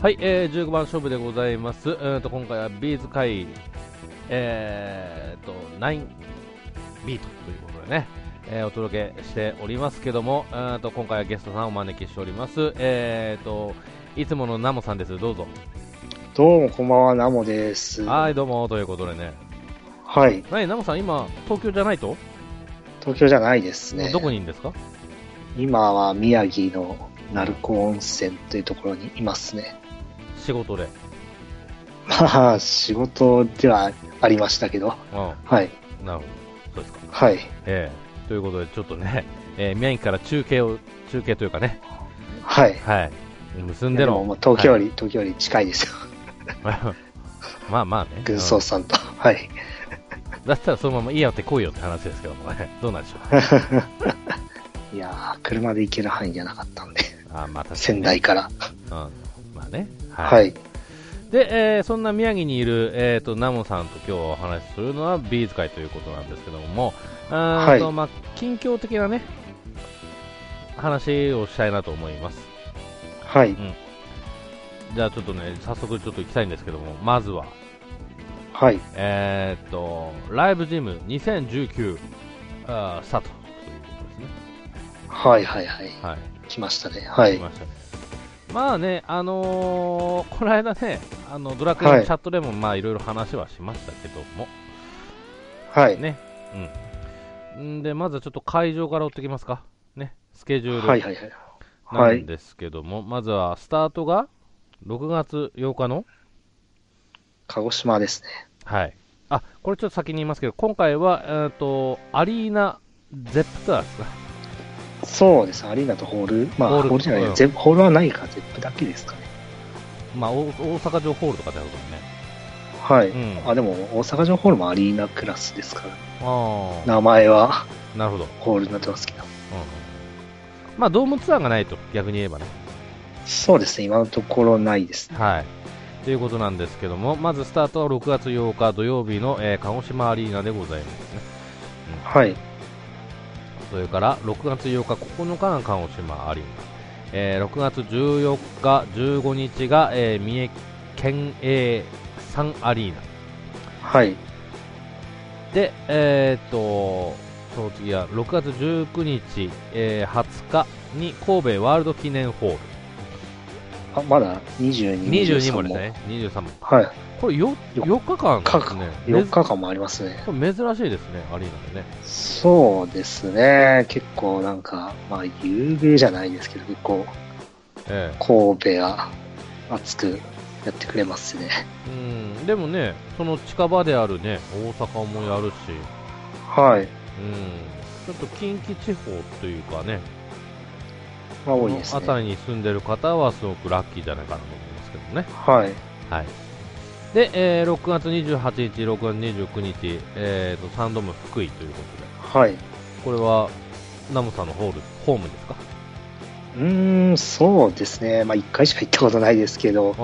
はい、えー、15番勝負でございます。うーんと今回はビーズ会、えー、と、9ビートということでね、えーお届けしておりますけども、うーんと今回はゲストさんをお招きしております。えー、と、いつものナモさんです。どうぞ。どうもこんばんは、ナモです。ははい、どうも、ということでね。い。なに、ナモさん、今、東京じゃないと、東京じゃないですね。どこにいるんですか今は宮城の鳴子温泉というところにいますね。仕事で。まあ、仕事ではありましたけど。うはい。ん、なるほど。そうですか。はい。えー、ということで、ちょっとね、えー宮城から中継を、中継というかね、はい。はい、結んででも、の。もう東京よはいり、東京より近いですよ。 まあまあね。 軍曹さんと。はい。うんだったらそのままいいよって来いよって話ですけどもね。どうなんでしょう。 いやー、車で行ける範囲じゃなかったんで。あーまあ確かに仙ね台から。うん。まあね。。はいい。で、えーそんな宮城にいる、えっ、と、ナモさんと今日お話しするのはビーズ会ということなんですけども、あーはいと、まあ、近況的なね、話をしたいなと思います。はい。じゃあちょっとね、早速ちょっと行きたいんですけども、まずは、はい。えーっと、ライブジム2019、あースタートということですね。はい。はい。はい。はい。来ましたね。はい来。ましたねまあね、あのーこの間ね、あのドラクエはのいチャットでも、まあいろいろ話はしましたけども、はい。ね、うん。んで、まずはちょっと会場から追ってきますか。ね、スケジュはい。ールはい。なはんい。ですけども、まずはスタートが6月8日の、鹿児島ですね。はい。あ、これちょっと先に言いますけど、今回は、えーっと、アリーナゼップツアーですか。そうです、アリーナとホール、まあ、ホホーールルじゃない、うん全部ホールはないか、全部だけですかね。まあ、お大阪城ホールとかってあるからはい。ね。うん。あ、でも、大阪城ホールもアリーナクラスですから、あ名前はあ、なるほど。うん。ホールになってますけど。まあ、ドームツアーがないと、逆に言えばね。そうですね、今のところないですね。はい。ということなんですけども、まずスタートは6月8日土曜日の、えー鹿児島アリーナでございますね。はい。それから6月8日9日が鹿児島アリーナ。えー6月14日、15日が、えー三重県営サンアリーナ。はい。で、えーっと、その次は6月19日、えー20日に神戸ワールド記念ホール。あ、まだ22 22も23ですね。23も。はい。これ 4, よ4日間ですね。 4め日間もありますね。ずこれ珍しいですね、アリーナでね。そうですね、結構なんか、まあ、優遇じゃないですけど、結構、え神戸が熱くやってくれますね。えうん。でもね、その近場であるね、大阪もやるし、はい。うん。ちょっと近畿地方というかね、まあ、多こいのですね。辺りに住んでる方はすごくラッキーじゃないかなと思いますけどね。はい。はい。で、えー6月28日、6月29日、えーと、サンドーム福井ということで、はい。これは、ナムさんのホール、ホームですかうーん、そうですね。まあ、一回しか行ったことないですけど、う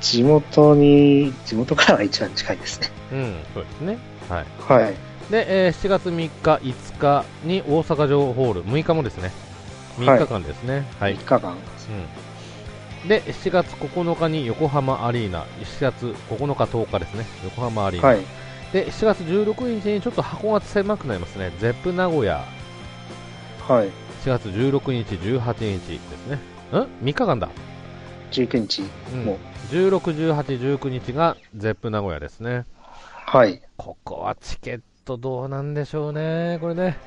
地元に、地元からは一番近いですね。ん。うん、そうですね。はい。はい。で、えー7月3日、5日に大阪城ホール、6日もですね。3日間ですね。はい。 3日間。うん。で、7月9日に横浜アリーナ、7月9日、10日ですね。横浜アリーナ。はい。で、7月16日にちょっと箱が狭くなりますね。ゼップ名古屋はい。 4月16日、18日ですね。ん ?3 日間だ。 19日うんも。 16、18、19日がゼップ名古屋ですね。はい。ここはチケットどうなんでしょうね、これね。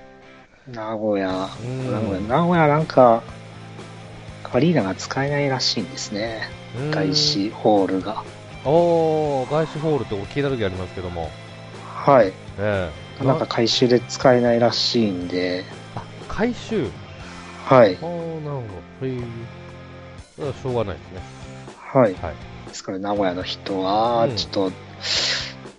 名古屋。うん名古屋、名古屋なんか、アリーナが使えないらしいんですね。うん外。資ホールが。おー、外資ホールって聞いた時ありますけども。はい。ええなんか回収で使えないらしいんで、あ、回収。はい。あー、なるほど。へえ。それはしょうがないですね。はい。はい。ですから名古屋の人はうん、ちょっと、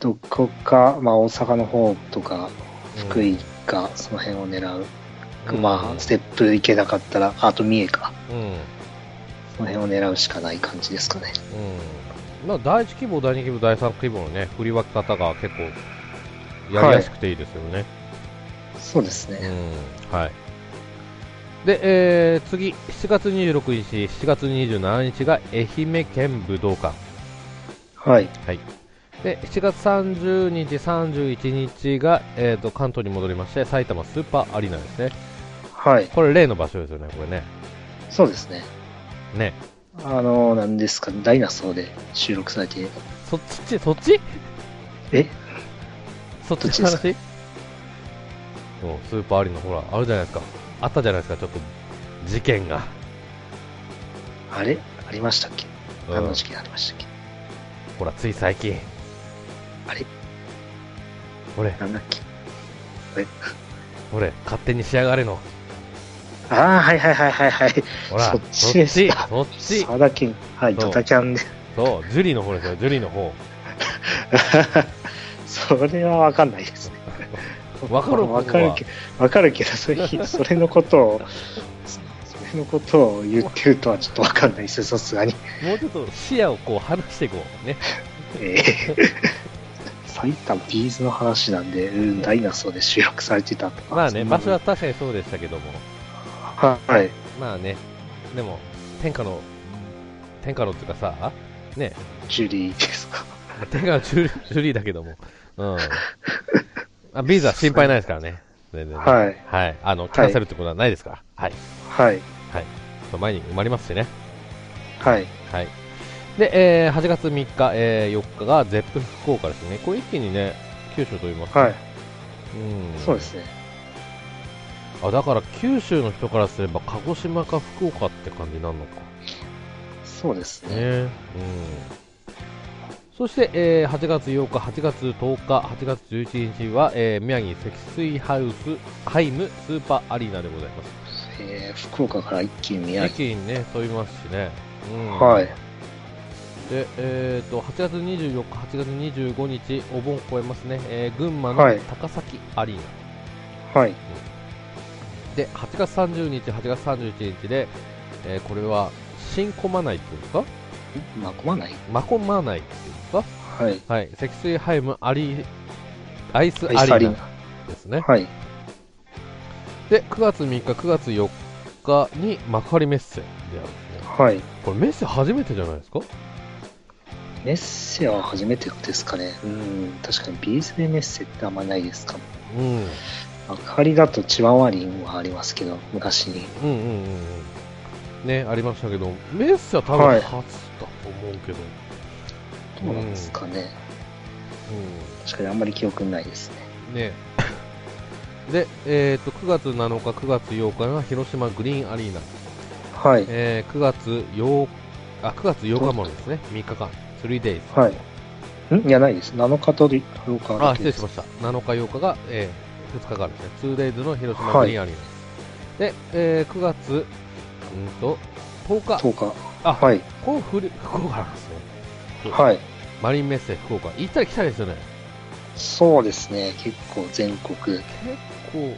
どこか、まあ大阪の方とか、福井か、その辺を狙う。うんまあ、ステップ行けなかったら、あと三重か。うん。うん。その辺を狙うしかない感じですかね。うん。まあ、第一規模、第二規模、第三規模のね、振り分け方が結構、やりやすくていいですよね。そうですね。うんはい。で、えー次、7月26日、7月27日が愛媛県武道館。はい。はい、で7月30日、31日が、えー、と関東に戻りまして埼玉スーパーアリーナですね、はい。これ例の場所ですよね、これね。そうですね。ねあの、何ですか、ダイナソーで収録されて、そっち、そっちえそっちのどっち話そうスーパーアリーナ、ほら、あるじゃないですか、あったじゃないですか、ちょっと事件が。あれありましたっけうんあの事件ありましたっけほら、つい最近。あれほれ、なんだっけほれ、勝手に仕上がれの。ああ、はいはいはいはいはい。ほら、そそっっちでち、すそかっち。沢田健、はい、そうドタキャンで。そう、ジュリーの方ですよ、ジュリーの方。 それはわかんないですね。 わかるわかるけわかるけど、それ、 それのことを、そそれのことを言ってるとはちょっとわかんないですよ、さすがに。もうちょっと視野をこう離していこう。ね。えー 埼玉ビーズの話なんで、うん、ダイナソーで収録されてたとか。まあね、そんな場所は。確かにそうでしたけども、はい。まあね、でも、天下の、天下のっていうかさ、ね、ジュリーですか。天下のジュリージュリーだけども、うん。あビーズは心配ないですからね。全然ねはい。はい。あの、キャンセルってことはないですから。はい。はい。前に埋まりますしね。はい。はい。で、えー8月3日、えー4日がゼップ福岡ですね。これ一気にね、九州と言いますかはい。うん。そうですね。あだから九州の人からすれば鹿児島か福岡って感じになるのかそうですね。ね、うん、そして、えー8月8日、8月10日、8月11日は、えー宮城積水ハウスハイムスーパーアリーナでございますえー福岡から一気に宮一城。気にね飛びますしね、うんはい。でえー、と8月24日、8月25日お盆超えますね、えー群馬はのい高崎アリーナ、はい。で8月30日、8月31日で、えーこれは新駒内っていうんですかまあ、困ない。マコマーナイっていうんですかはい。はい、積水ハイムアリアイスアリアイスアリーーナですね。はい。で、9月3日、9月4日に幕張メッセであるんですね。はい。これメッセ初めてじゃないですかメッセは初めてですかね。うん、確かにビーズでメッセってあんまないですか。うん。明かりだとチワワリンはありますけど、昔に。うんうんうんうん。ね、ありましたけど、メッセは多分はい初だと思うけど。どうなんですかね。確かにあんまり記憶にないですね。うん。ね。で、えっ、と、9月7日、9月8日が広島グリーンアリーナ。はい。えー9月8日、あ、9月8日もですね、3日間、3days。はい。んいや、ないです。7日と8日あだ失礼けでしすました7日8日が、えー2日間ですね 2days の広島グリーンアリーナ、で、えー9月うんと10日10日。あ、はい。このふり福岡なんですねはい。マリンメッセ福岡行ったり来たりですよねそうですね。結構全国。結構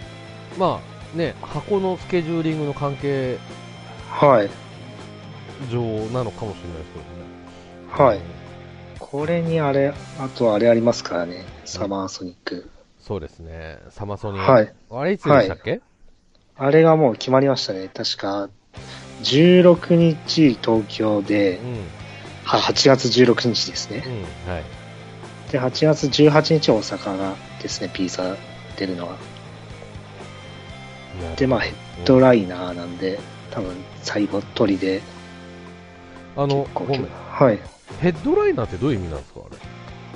まあね箱のスケジューリングの関係はい。上なのかもしれないですけどねはいうん。これにあれ、あとあれありますからね。サマーソニック。そうですねサマソニー、はい。あれいつでしたっけ、あれがもう決まりましたね。確か、16日東京でうん、、は8月16日ですね。うん、はいで、8月18日大阪がですね、ピーザ出るのは。で、まあ、ヘッドライナーなんで、多分最後、鳥であの結ご構めんはい。ヘッドライナーってどういう意味なんで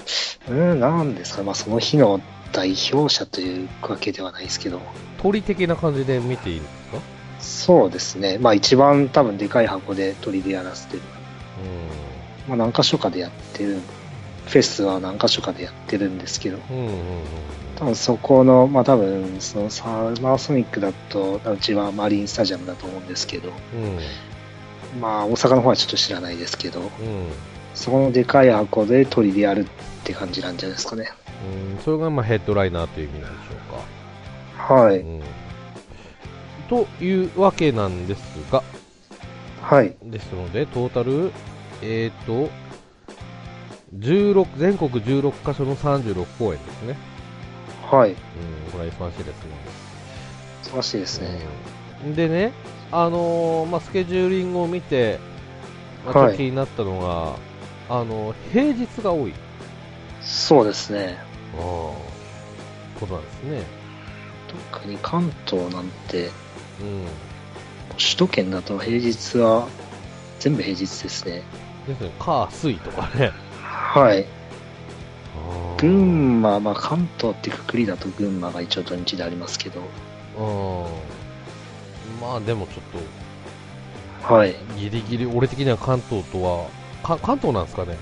すかあれうん、なんですか、まあ、その日の代表者というわけではないですけど、鳥的な感じで見ていいんですかそうですね、まあ、一番多分でかい箱で鳥でやらせてる。まあ、何箇所かでやってる。フェスは何箇所かでやってるんですけど、うんうんうんうん多分そこの、まあ多分、そのサマーソニックだと、うちはマリンスタジアムだと思うんですけど、うんまあ大阪の方はちょっと知らないですけど、うんそこのでかい箱で鳥でやるって感じなんじゃないですかね。うんそれがまあヘッドライナーという意味なんでしょうか、はうい。ん、というわけなんですがはい。ですのでトータルえっ、と16全国16カ所の36公演ですね、はい。うん、これは忙しいですね素晴らしいですね。でね、あのーまあ、スケジューリングを見て、まあ、ちょっはいと気になったのが、あの平日が多いそうですね。ことなんですね。特に関東なんて、うん、首都圏だと平日は全部平日ですね。ですね、火、水とかね。はい。うん群馬、まあ関東ってくくりだと群馬が一応土日でありますけど、まあでもちょっはい。と、ギリギリ、俺的には関東とは、か関東なんですかね。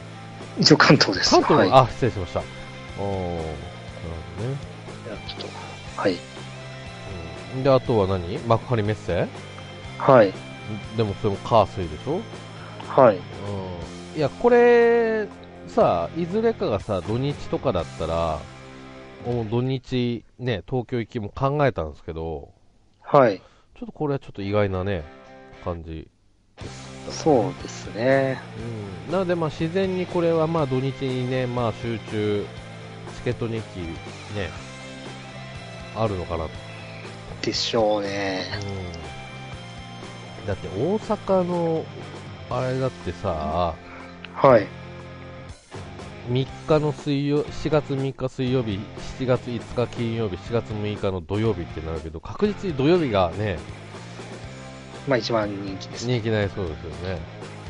一応関東です。関東、はい、あ、失礼しました。おーなるほどね。いやちょっとはい。うんで、あとは何幕張メッセはい。でもそれも火、水でしょはい。いや、これ、さ、いずれかがさ、土日とかだったら、お土日、ね、東京行きも考えたんですけど、はい。ちょっとこれはちょっと意外なね、感じ。そうですね。うん、なので、まあ、自然にこれはまあ土日にね、まあ、集中、チケット日記、ね、あるのかなと。でしょうね。だって大阪の、あれだってさ、はい。 3日の水曜4月3日水曜日、7月5日金曜日、4月6日の土曜日ってなるけど、確実に土曜日がね、まあ一番人気ですね。人気になりそうですよね。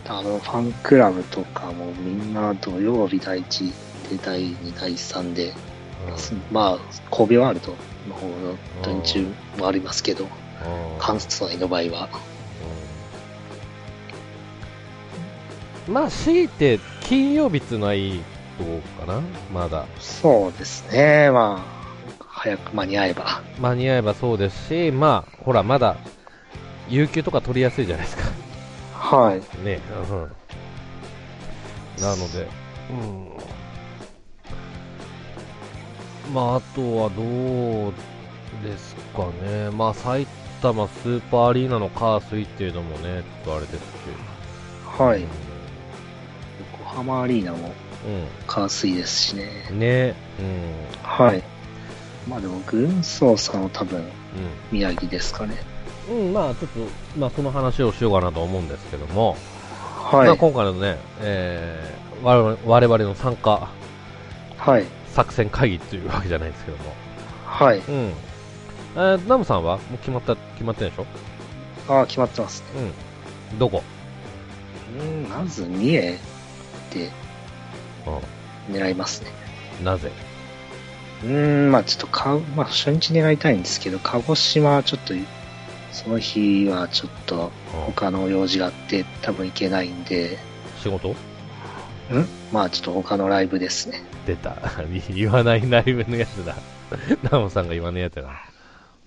あの、ファンクラブとかもみんな土曜日第1で第2第3で、まあ神戸ワールドの方の土日もありますけど、うん関西の場合は。うんまあ、強いて金曜日っていうのはいいとこかな、まだ。そうですね。まあ、早く間に合えば。間に合えばそうですし、まあ、ほら、まだ、有給とか取りやすいじゃないですか。はい。ね、うん、なので、うん、まああとはどうですかね、まあ埼玉スーパーアリーナのカースイっていうのもね、ちょっとあれですし、はい。横浜アリーナもう冠水ですしね。ん、ね、はい。まあでも、軍曹さんは多分宮城ですかうね。ん、うん、うん、まあちょっと、まあその話をしようかなと思うんですけども、はまあい。今回のね、えー我々我々の参加はい。作戦会議というわけじゃないですけども、はい。うん。えーナムさんはもう決まった、決まってるでしょああ、決まってますね。うん。どこうん、まず三重でう狙いますね。ん。なぜうん、まあちょっとか、まあ初日狙いたいんですけど、鹿児島はちょっと、その日はちょっとうん他の用事があって多分行けないんで、仕事うんまあちょっと他のライブですね。出た。 言わないライブのやつだ。 ナムさんが言わないやつだ。うん。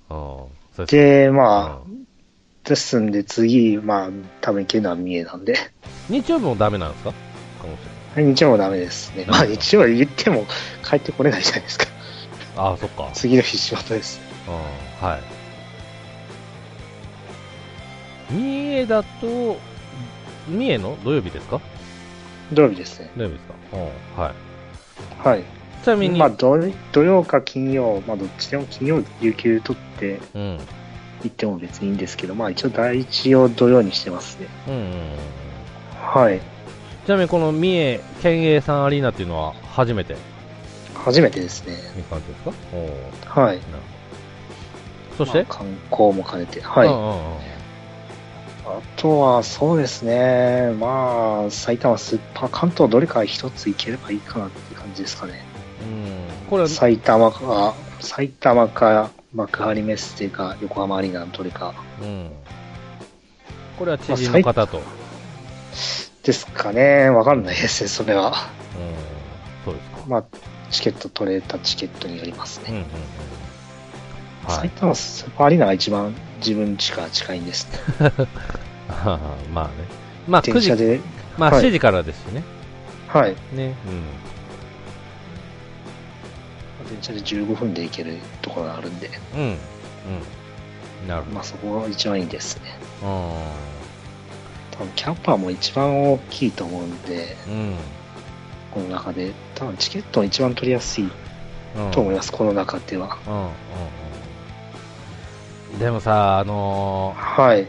それで、うまあ、んですんで次、まあ多分行けるのは三重なんで。日曜日もダメなんですかかもし日曜もダメですね。まあ日曜言っても帰ってこれないじゃないですか。 れない。ああ、そっか。次の日仕事です。うん。はい。三重だと、三重の土曜日ですか土曜日ですね。土曜日ですかうん。はい。はい。ちなみに、まあ土土曜か金曜、まあどっちでも金曜有給取ってうん。行っても別にいいんですけど、まあ一応第一を土曜にしてますね。うんうんうん。はい。ちなみにこの三重県営さんアリーナっていうのは初めて初めてですね。いう感じですかおーはい。なるほどそして、まあ観光も兼ねて。はい。うんうんうんあとは、そうですね。まあ、埼玉スーパー、関東どれか一つ行ければいいかなって感じですかね。うんこれは、埼玉か、埼玉か、幕張メッセか、横浜アリーナのどれかうん、これは知人の方と、うん、ですかね。わかんないですね、それは。そうですか、まあ、チケット取れたチケットによりますうんね。うんうんは埼い、玉スーパーアリーナが一番自分家から近いんですね。 まあね、まあ9電車時、で。まあはい7時からですしね、はい。ね、うん、電車で15分で行けるところがあるんで、うん、うん、なるほまあそこが一番いいですね。ど、多分キャンパーも一番大きいと思うんで、うん、この中で、多分チケットも一番取りやすいうん、と思います、この中では。うんうんうんでもさ、あのはい。ー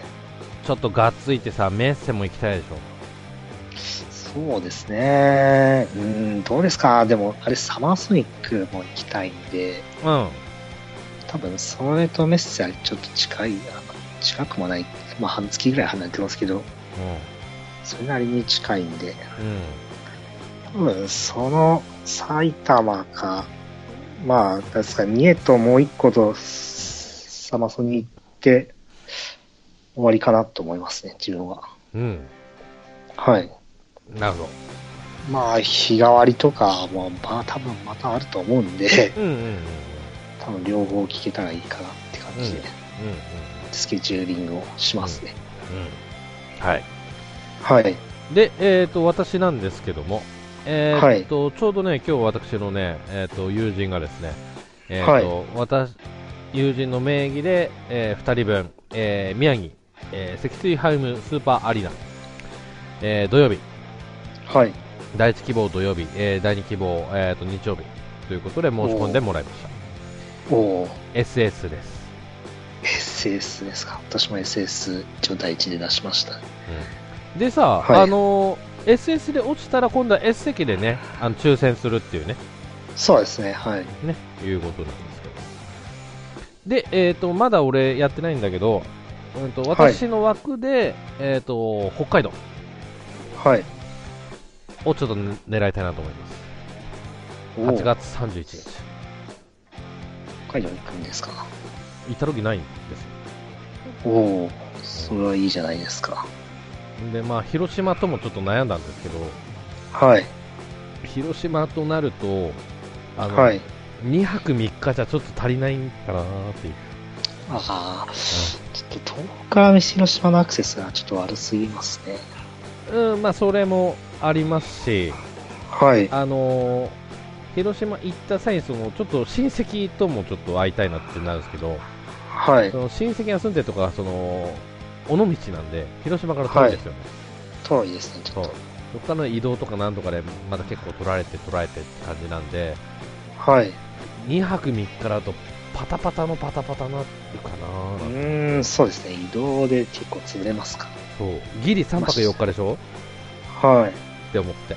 ちょっとがっついてさ、メッセも行きたいでしょ。そうですね。うん、どうですかでも、あれ、サマーソニックも行きたいんで、うん。多分、それとメッセはちょっと近い、あの近くもない、まあ、半月ぐらい離れてますけど、それなりに近いんで、うん。多分、その、埼玉か、まあ、確か、三重ともう一個と、サマソニ行って、終わりかなと思いますね、自分は。うん。はい。うん。なるほまあ、日替わりとかも、まあ、多分またあると思うんで、 ど。うんうんうんうん。多分両方聞けたらいいかなって感じで、うんうんスケジューリングをしますね。うん。はい。はい。で、えっ、と、私なんですけども、えっ、と、ちょうどね、今日私のね、えっ、と、友人がですね、えっ、と、私、友人の名義で、え2人分、えー宮城、えー、積水ハイムスーパーアリーナ、えー土曜日、はい。第1希望土曜日、えー第2希望、えーと日曜日ということで申し込んでもらいました。おお SS です。 SS ですか。私も SS 一応第一で出しました。でさ、はいあのー SS で落ちたら今度は S 席でね、あの抽選するっていうね、そうですね。はい。ね、いうことなんですけど。で、えっ、と、まだ俺やってないんだけど、うん、とはい私の枠で、えっ、と、北海道はい。をちょっとね狙いたいなと思います。お8ー月31日。北海道行くんですか。行った時ないんですよおおそれはいいじゃないですか。で、まあ、広島ともちょっと悩んだんですけど、はい。広島となると、あの、はい。 2泊3日じゃちょっと足りないんかなーっていう。ああ、ちょっと10日広島のアクセスがちょっと悪すぎますね。うん、まあ、それもありますし、はい。あのー広島行った際にその、ちょっと親戚ともちょっと会いたいなってなるんですけど、はいそ。の親戚が住んでるとか、その、尾道なんで、広島から遠いですよね。遠いですね、ちょっそとう。そっからの移動とかなんとかで、まだ結構取られて取られてって感じなんで、はい。 2泊3日だと、パタパタのパタパタなってるかなーうなんてーん、そうですね。移動で結構潰れますか。そう、ギリ3泊4日でしょはい。って思って。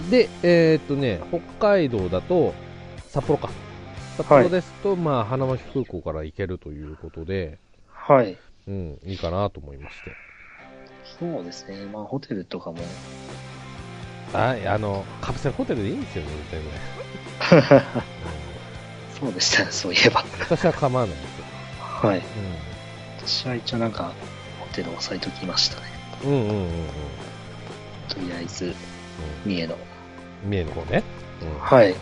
うん、で、えーっとね、北海道だと、札幌か。札幌ですと、まあ、花巻空港から行けるということで、はい。うん、いいかなと思いまして。そうですね。まあ、ホテルとかも。はい、あの、カプセルホテルでいいんですよね、絶対これ。そうでしたね、 そういえば。うん、私は構わないんですよ。はい。私は一応なんか、ホテルを押さえときましたね。うん、うん、うんうん、うん。とりあえず、三重の。三重の方ね。うんはい。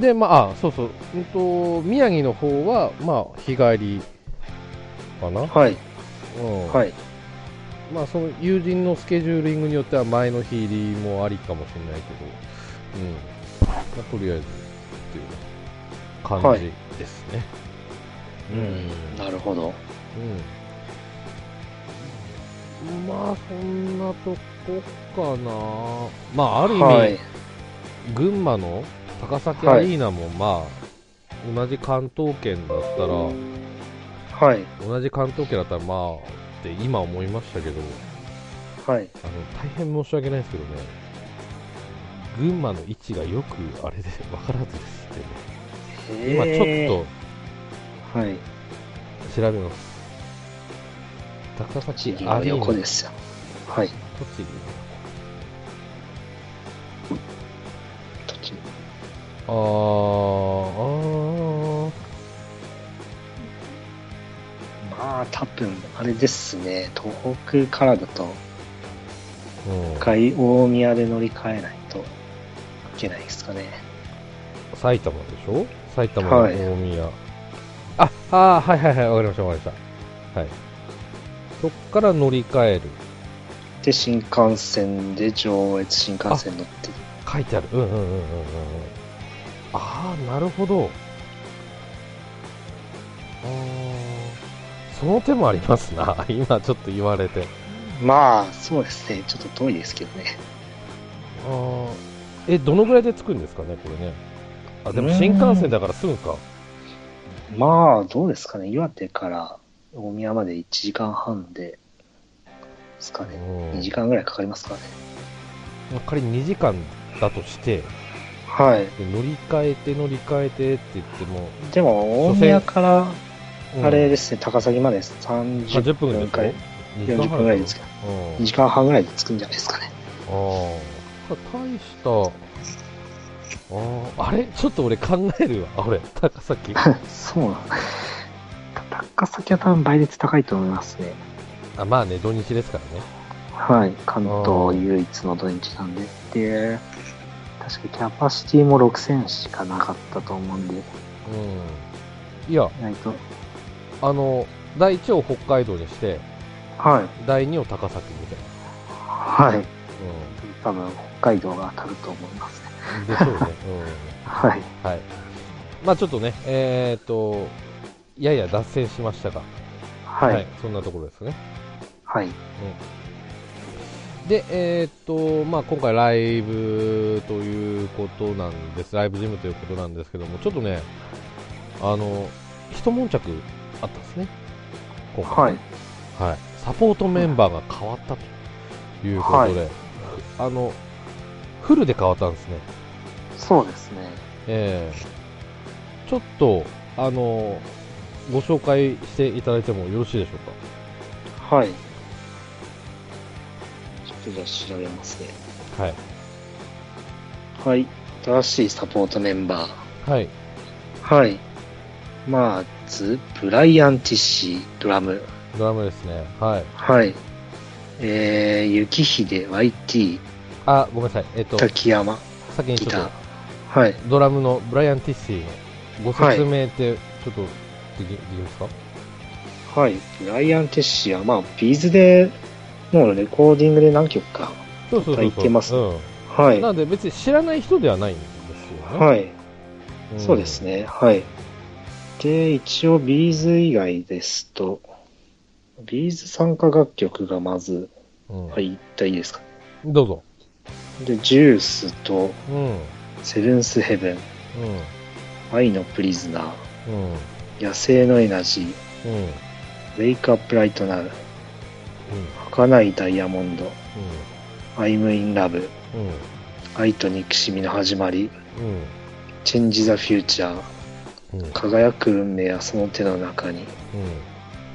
で、まあ、あそうそう、うんと、宮城の方は、まあ、日帰りかな。はい。うん、はい。まあ、その友人のスケジューリングによっては前の日入りもありかもしれないけど、うんまあ、とりあえずっていう感じですね。うんなるほど。うん、まあ、そんなとこかな、まあ、ある意味、はい。群馬の高崎アリーナも、まあ、同じ関東圏だったら、はい。同じ関東圏だったら、まあ、って今思いましたけど。はい。あの大変申し訳ないですけどね、群馬の位置がよくあれで 分からずですってね、今ちょっと。はい。と調べます。高崎地域アのリーナ、横栃ですよ。はい。木土地。あーあー、まあ、多分、あれですね。東北からだと、うん一回大宮で乗り換えないといけないですかね。埼玉でしょ埼玉のは大い宮。あ、あーはいはいはい、わかりました、わかりました。はい。そっから乗り換える。で、新幹線で上越新幹線乗って、書いてある。うんうんうんうんうんうん。ああ、なるほど。あーその手もあります な。今ちょっと言われて。まあ、そうですね。ちょっと遠いですけどね。あーえ、どのぐらいで着くんですかね、これね。あ、でも新幹線だからすぐか。まあ、どうですかね。岩手から大宮まで1時間半で、ですかね。2時間ぐらいかかりますかね。まあ仮に2時間だとして、はい。で乗り換えて乗り換えてって言っても、でも、大宮から、うんあれですね、高崎まで30 30分ぐら分いかい、でしょ40分ぐらいですかうん2時間半ぐらいで着くんじゃないですかね。あ大した、あーあれちょっと俺考えるわ、あ俺、高崎。 そうなんだ。高崎は多分倍率高いと思いますね。あまあね、土日ですからね。はい。関東唯一の土日なんで。で、確かキャパシティも6000しかなかったと思うんで、うん。いや、意外と。あの、第1を北海道にして、はい。第2を高崎みたいはな。い。うん。多分北海道が当たると思いますね。でしょうね。 はい。うん。はい。まあちょっとね、えっ、と、やや脱線しましたが、はい。はい。そんなところですね。で、えっ、と、まあ今回ライブということなんです。ライブジムということなんですけども、ちょっとね、あの、一悶着あったんですね。今回。はい。はい、サポートメンバーが変わったということで、あのフルで変わったんですね、そうですね。ええちょっとあのご紹介していただいてもよろしいでしょうか。はい。ちょっとじゃあ調べますね。はい、はい。新しいサポートメンバー。はい、はい。まあ、ず、ブライアン・ティッシー、ドラム。ドラムですね、はい、はい。えー、雪秀、YT、あごめんなさい、えっと、滝山、先にギちょタっー。はい。とドラムのブライアン・ティッシーのご説明って、ちょっとでき,、できますか、はい。ブライアン・ティッシーは、まあ、ビーズで、もうレコーディングで何曲か。そうそうそうそういっぱいいけますうんはい。なので、別に知らない人ではないんですよね、はい。うんそうですね。はい。で、一応、ビーズ以外ですと、ビーズ参加楽曲がまず、うんはい、一体いいですか。どうぞ。で、ジュースと、うんセブンス・ヘブン、うん愛のプリズナー、うん野生のエナジー、うんうんウェイクアップライトナウ、儚いダイヤモンド、アイムインラブ、うん愛と憎しみの始まり、うんチェンジザフューチャー、うんうん輝く運命はその手の中に、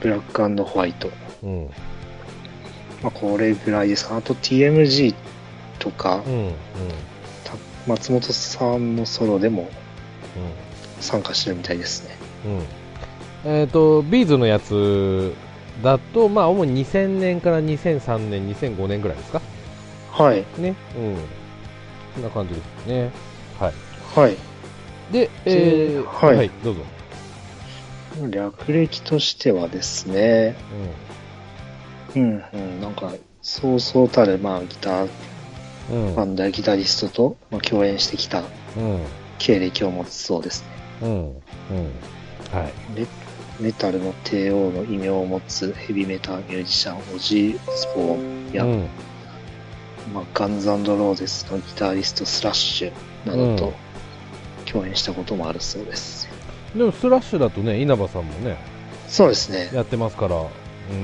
ブラックホワイト。うんまあ、これぐらいですか。あと TMG とか、うんうんた松本さんのソロでも参加してるみたいですね。うんえっ、とビーズのやつだとまあ主に2000年から2003年2005年ぐらいですかはい、ねうんこんな感じですねはいはい。でえー、はいどうぞ略歴としてはですね、ううん、うん、なんか、そうそうたる、まあ、ギター、んうバんンドやギタリストと、まあ、共演してきたうん経歴を持つそうですね。うんうんはいメメタルの帝王の異名を持つヘビメタミュージシャン、オジー・オスボーンや、うんまあ、ガンズローゼスのギタリスト、スラッシュなどうんと共演したこともあるそうです。でもスラッシュだとね稲葉さんもねそうですね。やってますから、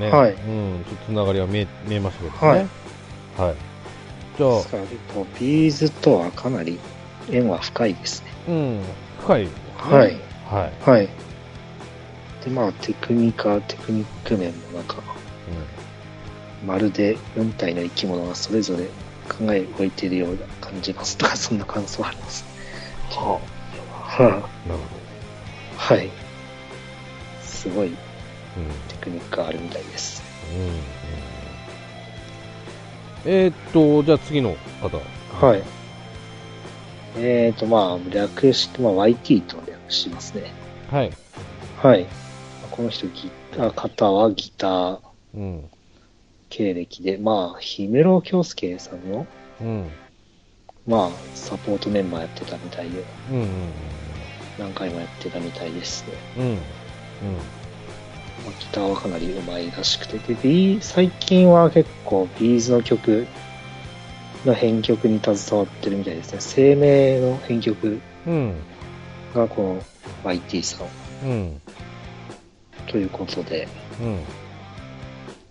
ね、はいうん、ちょっとつながりは見え見えましたけどはねい。はい。じゃですから結構ビーズとはかなり縁は深いですね。あ、うん、深いですね、はいはい。はい。で、まあ、テクニカ、テクニック面もなんか、まるで4体の生き物がそれぞれ考えを置いているような感じますとか、そんな感想あります。はなはるほあ、はい。すごいど。うん。テクニックがあるみたいです。うん。うんえー、っと、じゃあ次の方。はい。えーと、まあ、略して、まあ、YT と略しますね。はい。はい。この人、ギター、方はギター、うん。経歴で、まあ、氷室京介さんの、うん。まあ、サポートメンバーやってたみたいで、うん。何回もやってたみたいですね。うん。うん。まあ、ギターはかなり上手いらしくて、で、B、最近は結構、ビーズの曲の編曲に携わってるみたいですね。生命の編曲うん。うん。がこの YT さんうん。ということで、うん。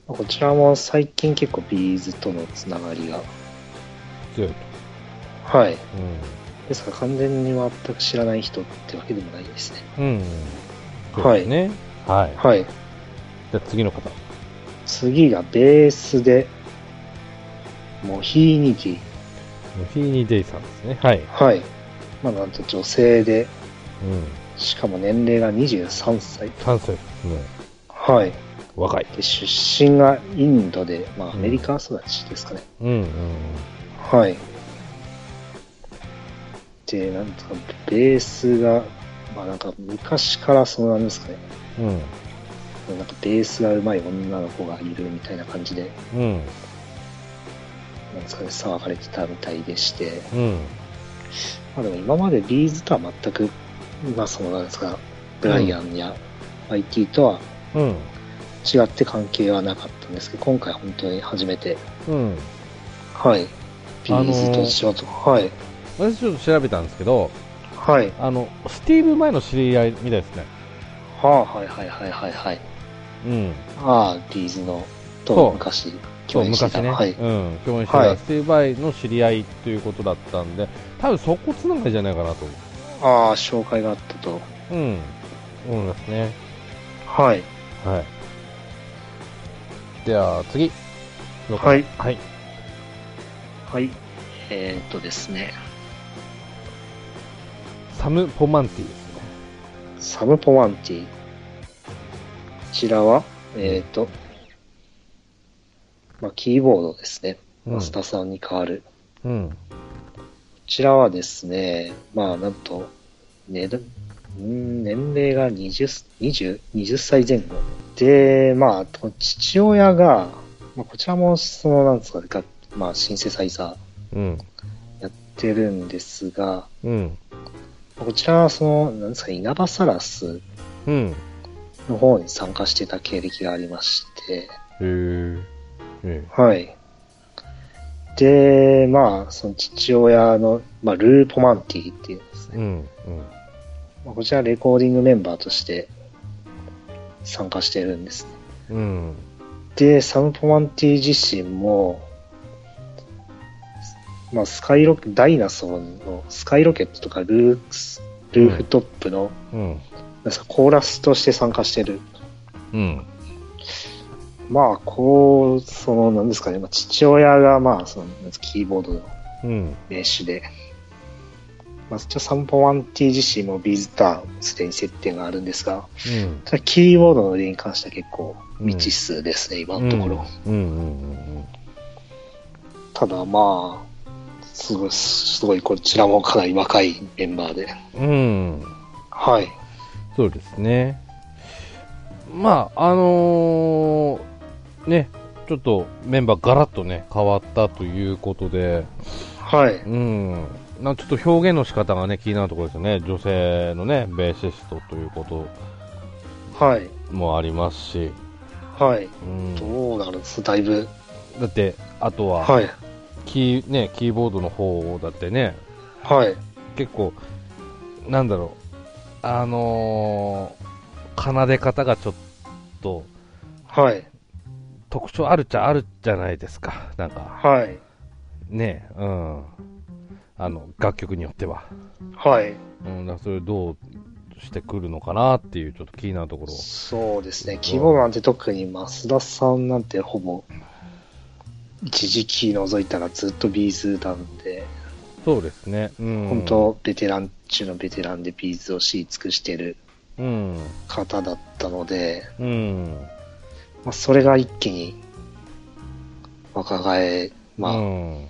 こちらも最近結構ビーズとのつながりが。強いと。はい。うですから完全に全く知らない人ってわけでもないですね。ん。うん。そうですね。はい。じはい。ゃあ次の方。次がベースで、モヒーニティ。フィーニーデイさんですね。はい。はい。まあなんと女性で、うん。しかも年齢が23歳。 3歳。うん。はい。若い。で出身がインドで、まあアうんメリカ育ちですかね。うん。うん。はい。で、なんとか、ベースが、まあなんか昔からそのなんですかね、うん。なんかベースが上手い女の子がいるみたいな感じで、うん。なんですかね、騒がれてたみたいでして、うん。まあでも今までビーズとは全く、まあそのなんですか、ブライアンや IT とはうん。違って関係はなかったんですけど、今回本当に初めて、うん。はい、ビーズあのとー仕事、はい、私ちょっと調べたんですけど、はい、あの、スティーブ前の知り合いみたいですね。はあ、はいはいはいはいはい。うん。ああ、ビーズの、そとう昔、そ共う演して昔た。ね、はい。うん、共演してた、はいスティーブ・バイの知り合いということだったんで、多分そこつながりじゃないかなとああ、紹介があったと。思う、うん、思いますね。はい。はい。では次、はいはい。はい。えー、っとですね、サム・ポマンティですね。サム・ポワンティ。こちらは、えー、っと、まあ、キーボードですね。うんマスターさんに代わる。うこん。ちらはですね、まあ、なんと、ねだ、うん年齢が20、20、20歳前後。で、まあ、この父親が、まあ、こちらも、その、なんですかね、がまあ、シンセサイザー。うん。やってるんですが、うん。こちらはその、なんですか、稲葉サラスうん。への方に参加してた経歴がありまして、え。えはい。で、まあ、その父親の、まあ、ルー・ポマンティっていうんですえ。ね。うん。うん。まあこちらレコーディングメンバーとして参加してるんですね。うん。で、サム・ポマンティ自身も、まあ、スカイロケ、ダイナソーのスカイロケットとかルークス、ルーフトップの、うん。なんですかコーラスとして参加してる。うん。まあ、こう、その、なんですかね、まあ、父親が、まあ、その、キーボードのうん。名手で、まあ、一応サンポワンティ自身もビーズターン、すでに接点があるんですが、うん。ただキーボードの腕に関しては結構うん未知数ですね、今のところ。うん。うん。うん。ただ、まあ、すごい、すごい、こちらもかなり若いメンバーで。うん。うんはい。そうですね。まあ、あのーね、ちょっとメンバーガラッとね、変わったということで、はい。うん、なんかちょっと表現の仕方がね、気になるところですよね。女性のね、ベーシストというこはい。ともありますし、はい。うん、どうなるんですだいぶ。だって、あとは、はい。キー、ね、キーボードの方だってね、はい。結構、なんだろう、あのー奏で方がちょっと、はい。特徴あるっちゃあるじゃないですか、なんか、はい。ね、うん、あの楽曲によっては、はい。うん、だからそれどうしてくるのかなっていう、ちょっと気になるところ、そうですね、キーボードなんて特に増田さんなんてほぼ、一時期除いたらずっとビーズなんで、そうですね、うん、本当、ベテラン中のベテランでビーズを知り尽くしてるうん、方だったので、うん、まあ、それが一気に若返、まあ、うん、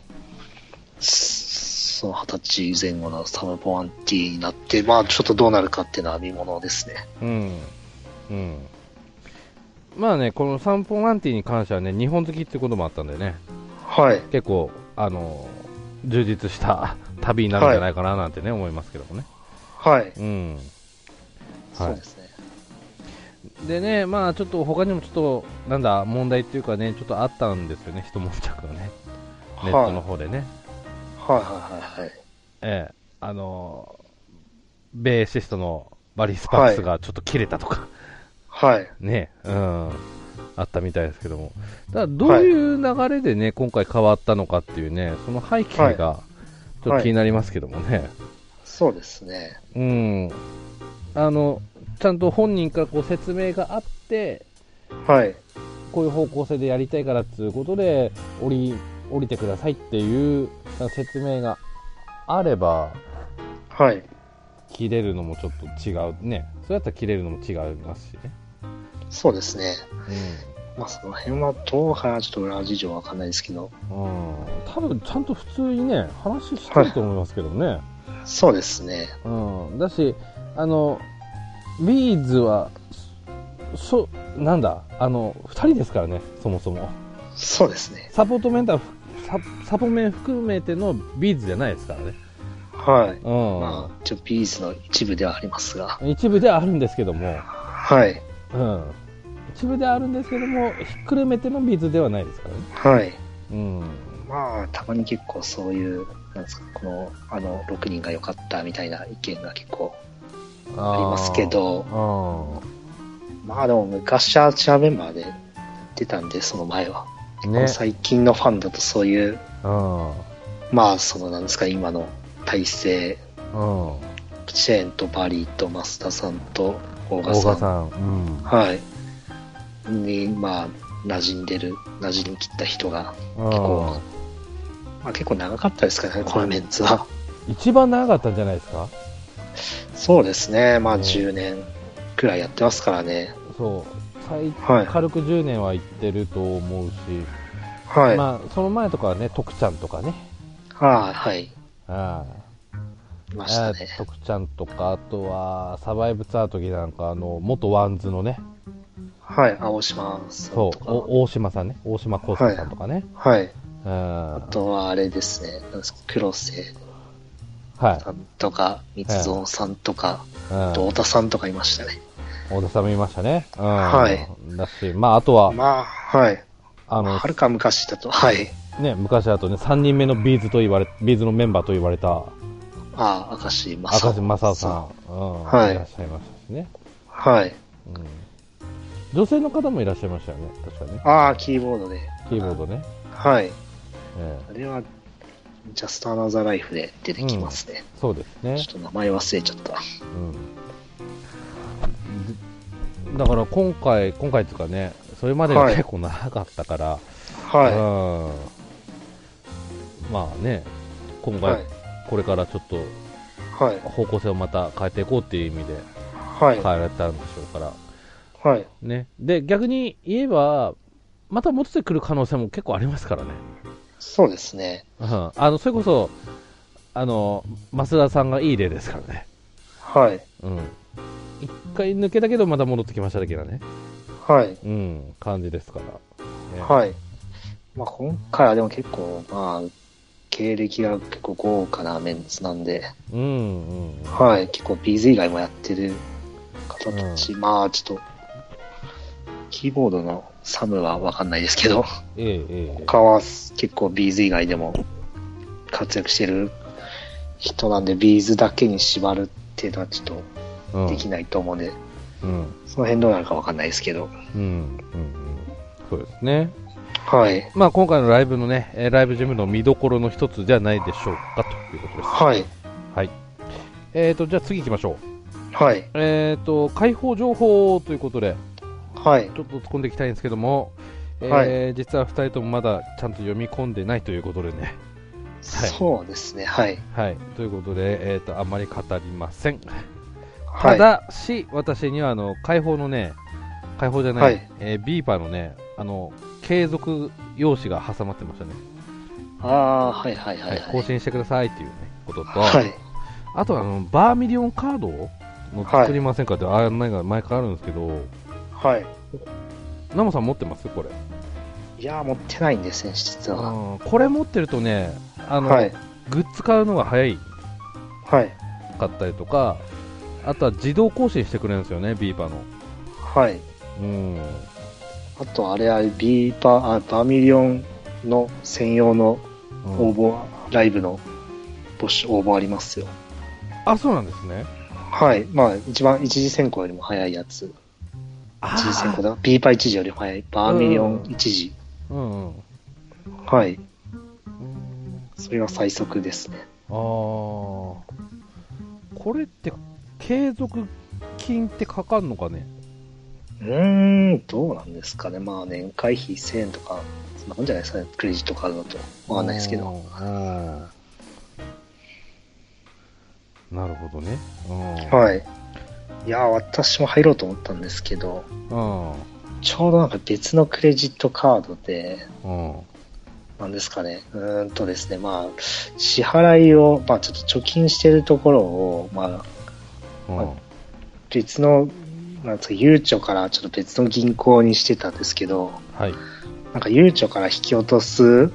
その二十歳前後のサム・ポワンティになって、まあ、ちょっとどうなるかっていうのは見ものですね。うん、うん、まあね、この三本アンティに関してはね、日本好きってこともあったんでね、はい、結構、あのー充実した 旅になるんじゃないかななんてね、思いますけどもね。はい、うんそうですね。でね、まあちょっと他にもちょっと、なんだ、問題っていうかね、ちょっとあったんですよね、一悶着がね、はネッい、トの方でね。はい、はい、はい。ええあのーベーシストのバリー・スパークスがちょっと切れたとか、はい。ね、うん、あったみたいですけども、ただどういう流れでね、今回変わったのかっていうね、その背景がちょっと気になりますけどもね、そうですね。うん、あの、ちゃんと本人からこう説明があって、はい。こういう方向性でやりたいからっていうことで、降り、降りてくださいっていう説明があれば、はい。切れるのもちょっと違うね。そうやったら切れるのも違いますしね。そうですね。まあ、その辺はどうかな、ちょっと裏事情はわかんないですけど。うん。うん。多分ちゃんと普通にね、話してると思いますけどね。そうですね。うん。だし、あの、ビーズは、そ、なんだ、あの、二人ですからね、そもそも。そうですね。サポートメンター、ササポメン含めてのビーズじゃないですからね。はい。うん。まあ、ちょ、ビーズの一部ではありますが。一部ではあるんですけども、はい。うん、一部ではあるんですけども、ひっくるめてのビーズではないですからね。はい。うん、まあ、たまに結構そういう、なんですか、この、あの、6人が良かったみたいな意見が結構ありますけど、うまあでも昔アーチャーメンバーで出たんで、その前は。ん、ね、最近のファンだとそういう、うん、まあ、その、なんですか、今の体制、うん、チェーンとバリーと増田さんと大賀大さ賀ん。さん、うん、はい。に、まあ、馴染んでる、馴染み切った人が、結構、まあ結構長かったですからね、このメンツは。うん一番長かったんじゃないですか、そうですね、うまあん10年くらいやってますからね。そう、最はい。軽く10年はいってると思うし、はい。まあ、その前とかはね、徳ちゃんとかね、ああ、はい。あいましあたね。徳ちゃんとか、あとはサバイブツアー時なんか、あの元ワンズのね、はい、青島さんそとう、か。お大島さんね、大島康介さんとかね、はい。うん、あはとはあれですね、なんですか黒瀬い、さんとか、三蔵さんとか、うんと太田さんとかいましたね。大田さんもいましたね、うん、はいだし、まあ、あとは、まあ、はい。あのはるか昔だと、はい。ね、昔だとね、3人目のビーズと言われ、ビーズのメンバーと言われたああ、明石正赤字正夫さん、うんはいいらっしゃいましたしね、はい。うん、女性の方もいらっしゃいましたよね、確かね、ああ、キーボードで。キーボードね、はい。えあれは、ジャストアナザーライフで出てきますね。えそうですねちょっ、と名前忘れちゃった。うん、だから今回、今回っていうかね、それまでがはい結構長かったから、はうん、まあね、今い。は回、い。これからちょっとはい。方向性をまた変えていこうっていう意味ではい。変えられたんでしょうから、はい。ね、で逆に言えば、また戻ってくる可能性も結構ありますからね、そうですね。うん、あのそれこそあの増田さんがいい例ですからね、はい。うん、一回抜けたけど、また戻ってきました的なね、はい。うん、感じですから。ねはい。まあ、今回はでも結構、まあ、経歴が結構豪華なメンツなんで、うんうんうんはい。結構ビーズ以外もやってる方たち、まあ、ちょっと、キーボードのサムはわかんないですけど、ええええ他は結構ビーズ以外でも活躍してる人なんで、ビーズだけに縛るっていうのはちょっうんとできないと思うんで、うんその辺どうなるかわかんないですけど、うんうんうんそうですね。はい。まあ今回のライブのね、えーライブジムの見どころの一つじゃないでしょうかということです。はい。はい。えーと、じゃあ次行きましょう。はい。えーと、開放情報ということで、はい。ちょっと突っ込んでいきたいんですけども、えーは実は2人ともまだちゃんと読み込んでないということでね。そうですね。はい。はい。ということで、えーと、あんまり語りません。はたい。だし、私にはあの解放のね、解放じゃない、はいえービーパーのね、あの継続用紙が挟まってましたね、ああ、はいはいはい、はい。更新してくださいっていう、ね、ことと、はい。あとはあのバーミリオンカードを作りませんかって案内が前からあるんですけど、はい。ナモさん持ってますこれ、いやー、持ってないんですね、実は。うんこれ持ってるとねあの、はい。グッズ買うのが早いはい。かったりとか、あとは自動更新してくれるんですよね、ビーパーの。はい。うんあと、あれ、あれ、ビーバー、あバーミリオンの専用のうん応募、ライブの募集、応募ありますよ。あ、そうなんですね。はい。まあ、一番、一次選考よりも早いやつ。あ一次選考だ。ビーパー一時よりも早い。バーミリオン一時。うんうん。はい。それが最速ですね。ああ。これって、継続金ってかかんのかねうーん、どうなんですかね。まあ、年会費1000円とか、そんなもんじゃないですかね。クレジットカードだと。わかんないですけど。あー。なるほどね。うん。はい。いやー、私も入ろうと思ったんですけど、うん。ちょうどなんか別のクレジットカードで、うん。なんですかね。うーんとですね、まあ、支払いを、まあ、ちょっと貯金してるところを、まあ、うん。別の、なんつうか、ゆうちょからちょっと別の銀行にしてたんですけど、はい。なんかゆうちょから引き落とす、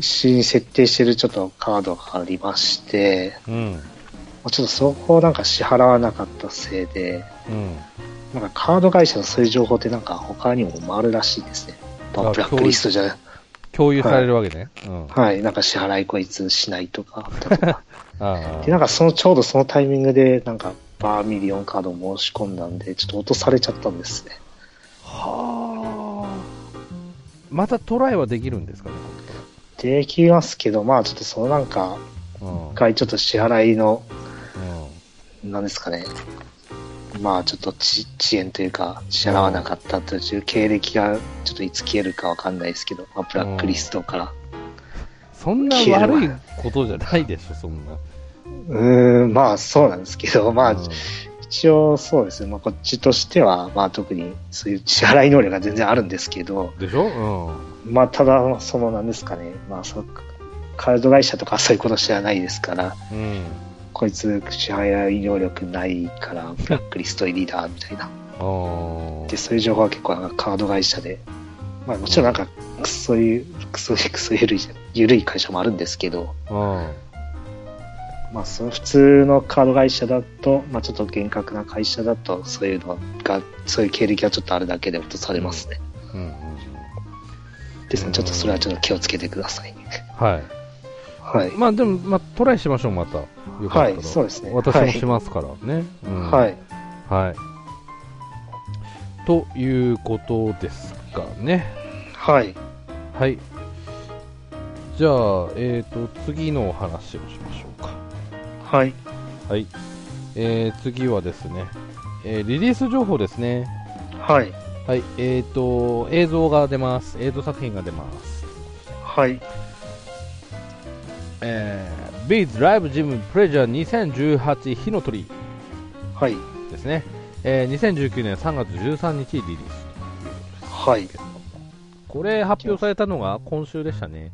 しに設定してるちょっとカードがありまして、うん。まあちょっとそこをなんか支払わなかったせいで、うん。なんかカード会社のそういう情報ってなんか他にも回るらしいですね。まああブラックリストじゃない。共有されるわけね。うん。はい、なんか支払いこいつしないとか、だとか。あで、なんかその、ちょうどそのタイミングで、なんか、バーミリオンカードを申し込んだんで、ちょっと落とされちゃったんですね。あ。はあ。またトライはできるんですかね、できますけど、まあちょっとそのなんか、こ一回ちょっと支払いの、れうん。うん。なんですかね、まあちょっとち遅延というか、支払わなかったという経歴が、ちょっといつ消えるかわかんないですけど、まあ、ブラックリストから。そんな悪いことじゃないでしょ、そんな。うーん、まあそうなんですけど、まあ、うん一応そうですね、まあ、こっちとしては、まあ、特にそういう支払い能力が全然あるんですけど、でしょまあ、ただ、そのなんですかね、まあ、そカード会社とかそういうこと知らないですから、うん。うん。こいつ支払い能力ないから、ブラックリスト入りだ、みたいな。あで、そういう情報は結構なんかカード会社で、まあ、もちろんなんか、そういう、そういう、そういう緩い、緩い会社もあるんですけど、あ。うん。まあ、その普通のカード会社だと、まあ、ちょっと厳格な会社だと、そういうのが、そういう経歴がちょっとあるだけで落とされますね。うんうんうん。ですね、ちょっとそれはちょっと気をつけてください。はい。はい。まあでも、まあトライしましょう、また。よかったら。はい、そうですね。私はもいしますからね。うんはい。はい。ということですかね。はい。はい。じゃあ、えっ、と、次のお話をしましょうか。はい。はい。えー、次はですね、えーリリース情報ですね。はい。はい。えっ、と、映像が出ます。映像作品が出ます。はい。えー、Beats Live Gym Pleasure 2018火の鳥はい。ですね。えー、2019年3月13日リリース。はい。これ発表されたのが今週でしたね。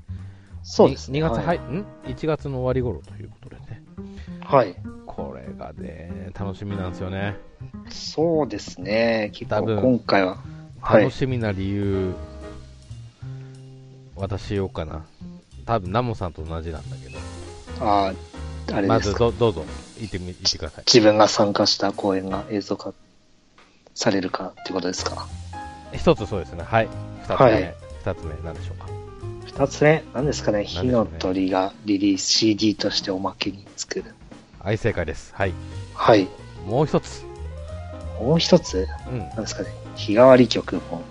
そうですね。に2月、は。はいい、ん ?1 月の終わり頃ということでね。はい。これがね、楽しみなんですよね。そうですね。結多構分今回は。はい楽しみな理由、私言おうかな。多分ナモさんと同じなんだけど。ああ、あれまですずか。ど、どうぞ、行ってみ、行ってください。自分が参加した公演が映像化されるかってことですか。一つそうですね。はい。二つはい目。二、つ目、なんでしょうか。二つ目、何ですかね。しょう火ねの鳥がリリース CD としておまけに作る。はい、正解です。はい。はい。もう一つ。もう一つ、うん。何ですかね。日替わり曲も。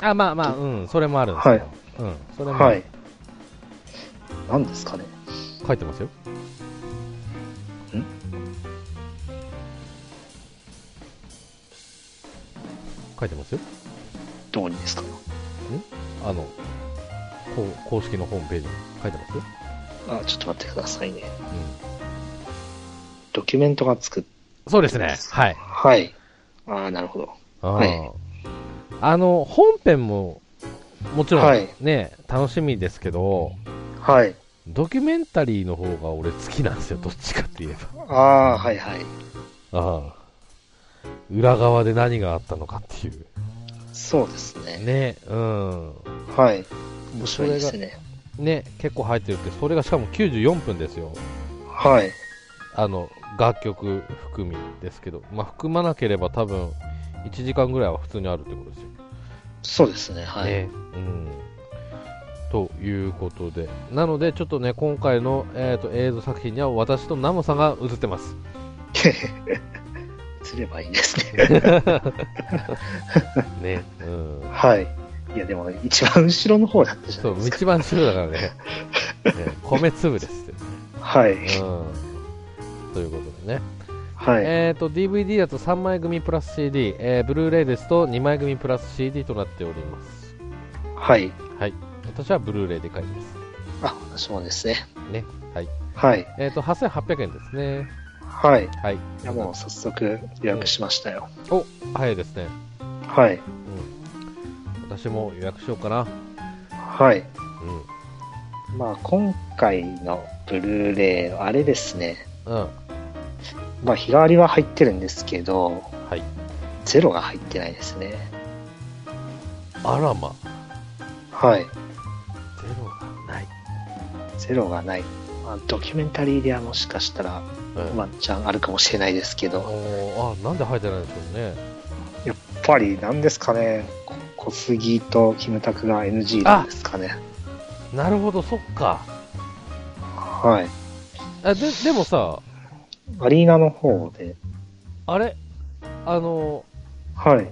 あ、まあまあ、うん、それもあるんですよ。はいうん、それも、はい。何ですかね。書いてますよ。書いてますよ。どうにですかあの、こう公式のホームページに書いてますよ。あ、ちょっと待ってくださいね。うドキュメントが作っん、そうですね。はい。はい。ああ、なるほど。あ,、はいあの、本編も、もちろはいんね、楽しみですけど、はい。ドキュメンタリーの方が俺好きなんですよ。どっちかって言えば。ああ、はいはい。ああ裏側で何があったのかっていう。そうですね。ね、うん。はい。面白いですね。ね、結構入ってるって、それがしかも94分ですよ。はい。あの、楽曲含みですけど、まあ、含まなければ多分、1時間ぐらいは普通にあるってことですよ。そうですね。はい。ね。うん。ということで、なのでちょっとね、今回の、えー、と映像作品には私とナムさんが映ってます。すればいいですね。ね。うん。 はい。いや、でも、一番後ろの方だったじゃそないでう、すか。一番粒だからね。ね米粒ですって。はい。うん。ということでね。はい。えっ、と、DVD だと3枚組プラス CD、えー、ブルーレイですと2枚組プラス CD となっております。はい。はい。私はブルーレイで買います。あ、私もですね。ね。はい。はい。えっ、と、8800円ですね。はい。はい。いや、もう早速予約しましたよ。お、早いですね。はい。うん。私も予約しようかな。はい。うまあ、今回のブルーレイ、あれですね。ん。うん。まあ、日替わりは入ってるんですけど、はい。ゼロが入ってないですね。あらま。はい。ゼロがない。ゼロがない。まあ、ドキュメンタリーではもしかしたらうん。ワンチャンあるかもしれないですけど、おーあ、なんで入ってないんでしょうね。やっぱりなんですかね、こ小杉とキムタクが NG なんですかね。なるほど、そっか。はい。あででもさ、アリーナの方で、あれ、あの、はい。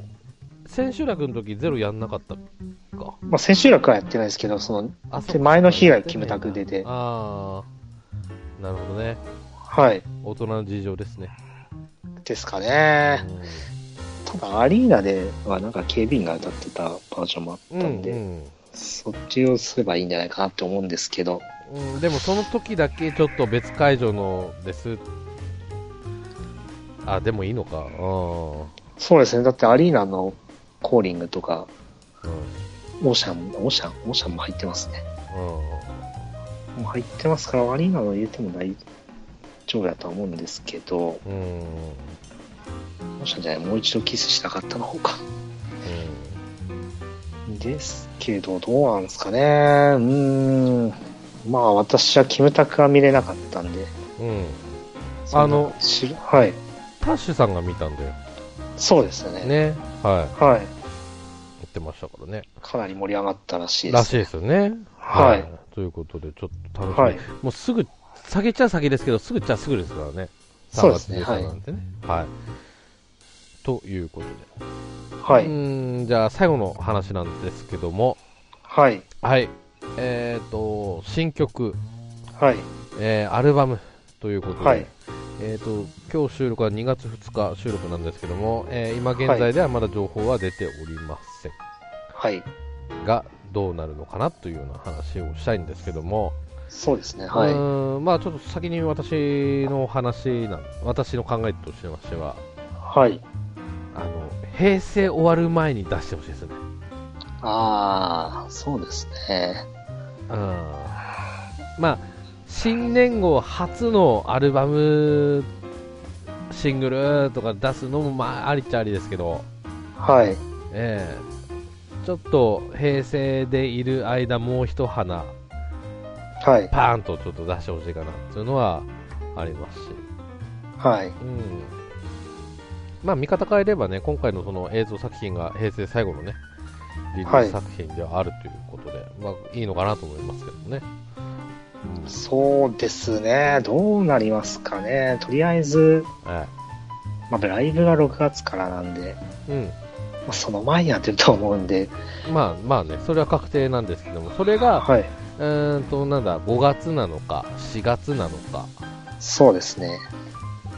千秋楽の時ゼロやんなかったか。まあ、千秋楽はやってないですけど、その、あで前の日がキムタク出てああ、なるほどね。はい。大人の事情ですね。ですかうね。んただ、アリーナではなんか警備員が歌ってたバージョンもあったんで、うんそっちをすればいいんじゃないかなって思うんですけど、うん、でもその時だけちょっと別会場のです。あ、でもいいのか。うそうですね。だってアリーナのコーリングとか、んうんオーシャン、オーシャン、オーシャンも入ってますね。うもう入ってますから、アリーナの入れても大丈夫だとは思うんですけど、オんうんうんーシャンじゃない、もう一度キスしたかったの方か。ですけど、どうなんですかね。うーん。まあ、私はキムタクは見れなかったんで。うんそんなあの知るはい。タッシュさんが見たんだよ。そうですね。ね。はい。はい。言ってましたからね。かなり盛り上がったらしいでらす。しいですよね。はいということで、ちょっと楽しみ、はい。もうすぐ、先っちゃ先ですけど、すぐっちゃすぐですからね。そうですね3月13なんてね。はい。ということで。はうい。ーん、じゃあ最後の話なんですけども、はい。はい。えっ、と、新曲、はい。えーアルバムということで、はい。えっ、と、今日収録は2月2日収録なんですけども、えー今現在ではまだ情報は出ておりませんはい。が、どうなるのかなというような話をしたいんですけども、そうですね。うは。ーんまあちょっと先に私の話なん私の考えとしてましてはいはい。あの平成終わる前に出してほしいですねああ、そうですね。うんまあ新年後初のアルバムシングルとか出すのもまあありっちゃありですけど、はい。ええちょっと平成でいる間もう一花はい。パーンとちょっと出してほしいかなっていうのはありますしはい。うんまあ見方変えればね、今回のその映像作品が平成最後のね、リリース作品ではあるということで、い、まあいいのかなと思いますけどね。うんそうですね。どうなりますかね。とりあえず、えまあ、ライブが6月からなんで、えまあ、その前にやってると思うんで、うん、まあまあね、それは確定なんですけども、それが、はい。うーんと、なんだ、5月なのか、4月なのか、そうですね。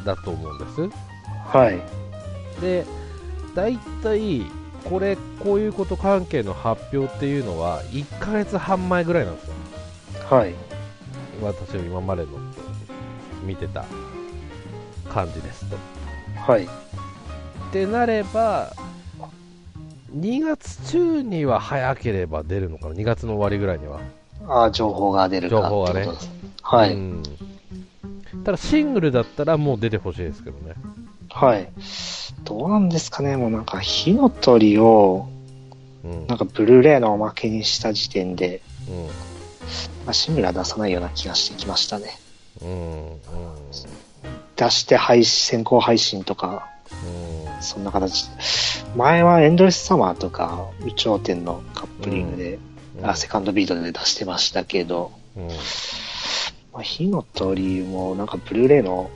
だと思うんではい。す。で、大体、これ、こういうこと関係の発表っていうのは、1ヶ月半前ぐらいなんですよ。はい。私の今までの見てた感じですと。はい。ってなれば、2月中には早ければ出るのかな、2月の終わりぐらいには。ああ、情報が出るか情報がねってことです。はうい。んただシングルだったらもう出てほしいですけどね。はい。どうなんですかね。もうなんか、火の鳥を、うんなんか、ブルーレイのおまけにした時点で、うんまあ、シングルは出さないような気がしてきましたね。うんうん出して配信、先行配信とか、うんそんな形。前はエンドレスサマーとか、宇宙天のカップリングであセカンドビートで出してましたけど、うんまあ、火の鳥もなんかブルーレイの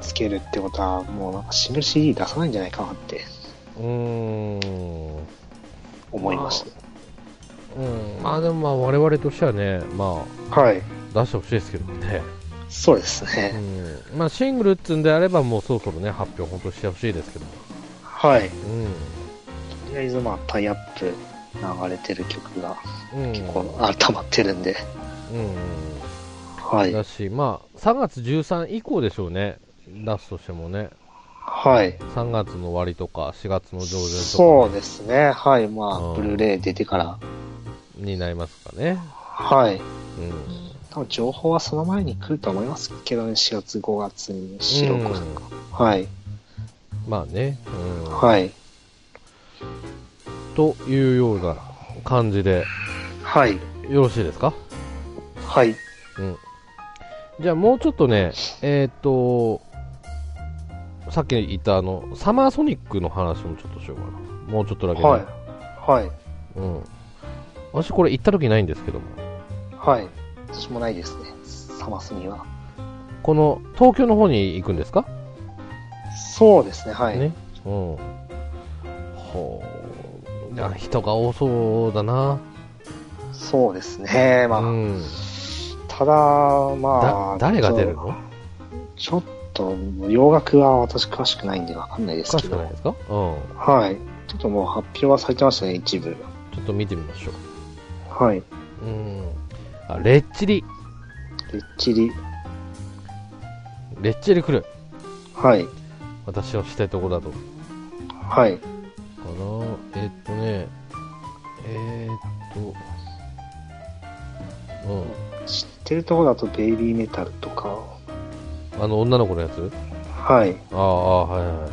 つけるってことは、もうなんかシングル CD 出さないんじゃないかなってうーん思いましうん、まあでもまあ我々としてはね、また。はい。あ、出してほしいですけどね、そうですね。うんまあ、シングルっつうんであればもうそろそろね発表本当してほしいですけど、はい。うとりあえずまあタイアップ流れてる曲がんうん、結構あ溜まってるんで、うんはい。だし、まあ、3月13以降でしょうね、出すとしてもね、はい。 3月の終わりとか4月の上旬そとうですね。はい。まあ、うんブルーレイ出てから、かになりますかね、はい。うん多分情報はその前に来ると思いますけどね、4月、5月にしろ、うん白く、はい。まあね、うんはい。というような感じではい。よろしいですかはい。うん、じゃあもうちょっとね、えっ、と、さっき言ったあのサマーソニックの話もちょっとしようかな、もうちょっとだけ、ねはい。はい。うん、私、これ行った時ないんですけども、はい。私もないですね。サマスには。この東京の方に行くんですか、そうですね、はい。ねうん、ほういや人が多そうだな、そうですね。まあ、うん、ただ、まだあ、誰が出るのちょっと、洋楽は私詳しくないんでわかんないでおすかけしくど。ないですか、うん、ちはい。ちょっともう発表はされてましたね、一部。ょっと見てみましょはい。う、うん、あレッチリ、レッチリ。レッチリ来る、はい。私をしたいところだと思うはい。かなえっとねえーっとう知ってるところだと、ベイビーメタルとか。んあの女の子のやつはい。あああはいはい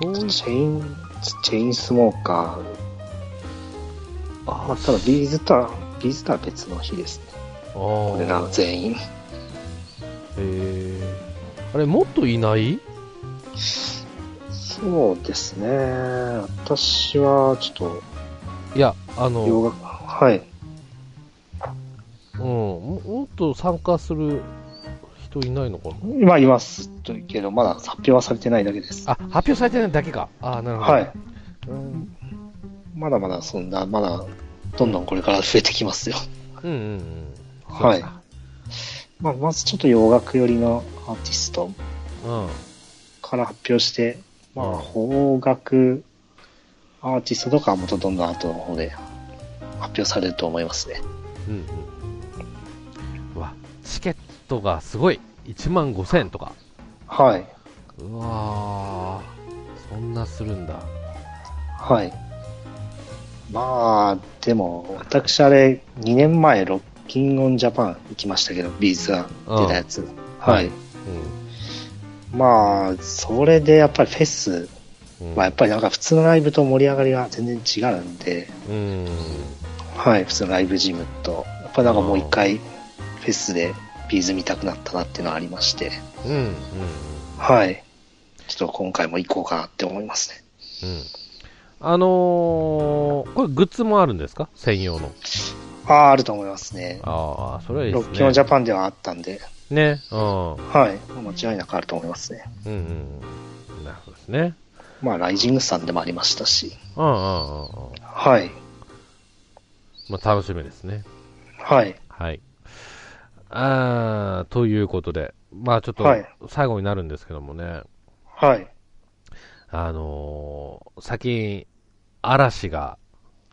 そういうチェイン、チェインスモーカー。まああ、ただ、ビーズとは、ビーズとは別の日ですね。ここれらの全員。えー、あれもっといないそうですね。私は、ちょっいやあと、の洋楽、はい。うんももっと参加する人いないのかな今いますというけど、まだ発表はされてないだけです。あ発表されてないだけかああなるほど、はい。うん、まだまだそんな、まだ、どんどんこれから増えてきますよ。うんうんうんはい。まあ、まずちょっと洋楽寄りのアーティストうんから発表して、まうんあ、邦楽アーティストとかはもっとどんどん後の方で発表されると思いますね。うんうんうわチケットがすごい1万5000円とかはい。うわーそんなするんだはい。まあ、でも、私あれ、2年前、ロッキンオンジャパン行きましたけど、ビーズが出たやつ。はい。まあ、それでやっぱりフェスうん、うんはやっぱりなんか普通のライブと盛り上がりが全然違うんで、うんはい、普通のライブジムと、やっぱりなんかもう一回フェスでビーズ見たくなったなっていうのはありまして、うんうんうんはい。ちょっと今回も行こうかなって思いますね。あのー、これグッズもあるんですか専用のああ、あると思いますね。ああそれはいいロでッキンオンすジねャパンではあったんで、ねうんはい。間違いなくあると思いますね。うんうんなるほどですねまあ、ライジングさんでもありましたし、うんうんうんうんはい。まあ楽しみですねはい。はい。あーということで、まあちょっとはい最後になるんですけどもね、はい。あのー、最近、嵐が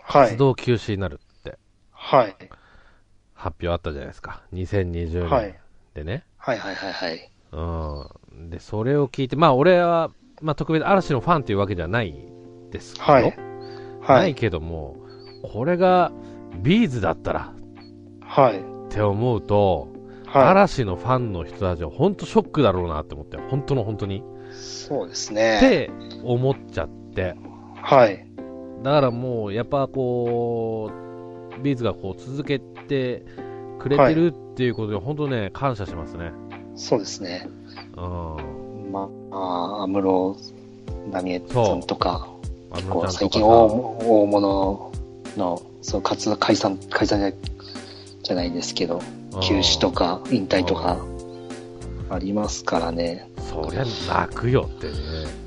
は活い。動休止になるってはい。発表あったじゃないですか、2020は年い。でね。はいはいはいはい。うん、で、それを聞いて、まあ俺は、まあ、特別嵐のファンというわけじゃないですけど、はいはないい。けども、これがビーズだったらはい。って思うと、は嵐のファンの人たちは本当ショックだろうなって思って、本当の本当に。い。そうですね。って思っちゃって、はい。だからもう、やっぱこう、ビーズがこう続けてくれてるっていうことで、本当ね、感謝しますね。そうですね。うん。まあ、安室奈美恵さんとか、結構最近大大物のそうかつ解散解散じゃじゃないですけど休止とか引退とかありますからねそりゃ泣くよってね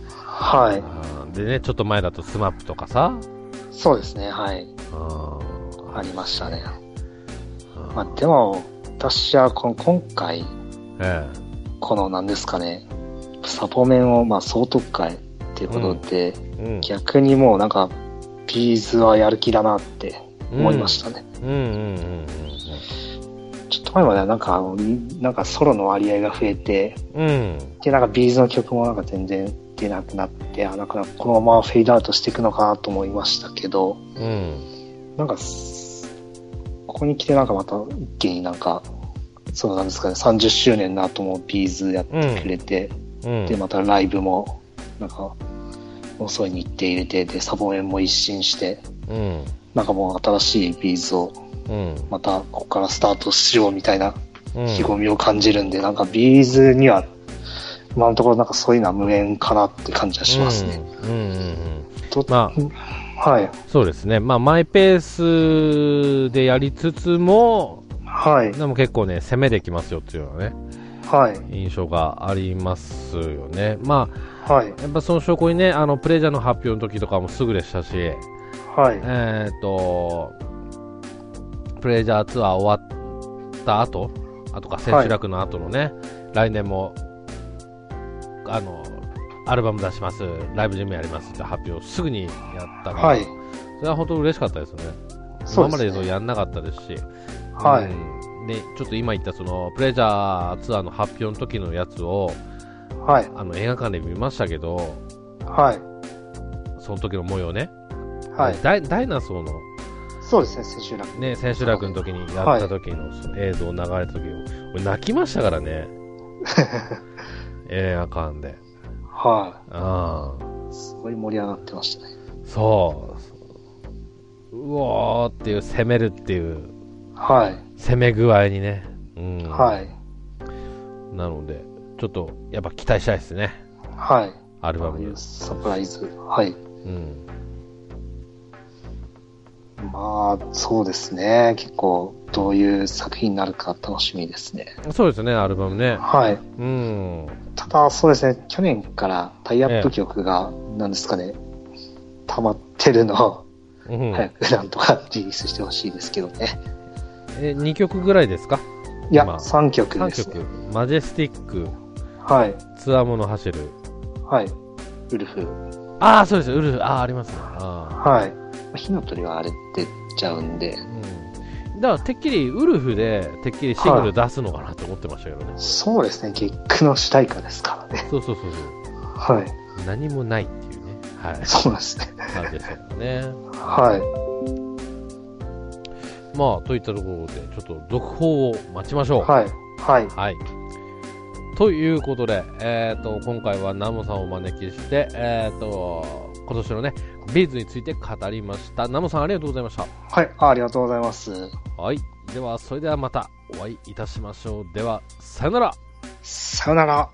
はうんでねちょっと前だと SMAP とかさいそうですねはいうんありましたね、うんまあ、でも私はこの今回えこの何ですかねサポメンをまあ総特会っていうことで、えうん逆にもうなんかビーズはやる気だなって思いましたね、うんうんうんうんちょっと前まではなんか、あのなんかソロの割合が増えて、うんうんで、なんかビーズの曲もなんか全然出なくなって、あ、なんかこのままフェードアウトしていくのかなと思いましたけど、うんなんかす、ここに来てなんかまた一気になんか、そうなんですかね、30周年の後もビーズやってくれて、うんで、またライブも、なんか、遅い日程入れて、で、サボメンも一新して、うんなんかもう新しいビーズを、うんまたここからスタートしようみたいなうん意気込みを感じるんで、なんかビーズには、今のところなんかそういうのは無縁かなって感じはしますね。うんうんうんうんとまはい。あそうですねまあマイペースでやりつつもはい。でも結構ね攻めできますよっていうのはねはい。印象がありますよねまあはい。やっぱその証拠にねあのプレジャーの発表の時とかもすぐでしたしはい。えっ、と、プレジャーツアー終わった後、あとか千秋楽の後のね、来年も、あの、アルバム出します、ライブ準備やりますって発表をすぐにやったから、はい。それは本当嬉しかったですよね。そ今うまでですそうね。やんなかったですし、はいうんで、ちょっと今言ったその、プレジャーツアーの発表の時のやつを、はい。あの、映画館で見ましたけど、はい。その時の模様ね、はい。ダイダイナソーのそうですね、セシュラ。ね、千秋楽の時にやった時のその映像を流れた時に、俺泣きましたから ね。映画館で。はああ、い。すごい盛り上がってましたね。そう。うおーっていう攻めるっていうはい。攻め具合にね。うん。はい。い。なので、ちょっとやっぱ期待したいですね。はい。アルバああいムうです。サプライズ。はい。うん。まあ、そうですね。結構、どういう作品になるか楽しみですね。そうですね、アルバムね。はい。うん。ただ、そうですね、去年からタイアップ曲が、なんですかね、溜まってるのをうん、早くなんとかリリースしてほしいですけどね。え、2曲ぐらいですかいや、まあ3曲 ?3 です曲ね。。マジェスティック、はい。ツアーもの走る。はい。ウルフ。ああ、そうです、ウルフ。ああ、ありますね。ああ。はい。火の鳥はあれ出ちゃうんで、うんだからてっきりウルフでてっきりシングル出すのかなって思ってましたけどね、そうですね、結句の主題歌ですからね。 そうそうそうそはい。う何もないっていうねはいそうですね。感じでしたからねはい。まあといったところでちょっと続報を待ちましょうはい。はい。はいということで、えー、と今回はナムさんをお招きして、えー、と今年のねビーズについて語りましたナムさんありがとうございましたはい。あありがとうございます。はいではそれではまたお会いいたしましょうではさよならさよなら。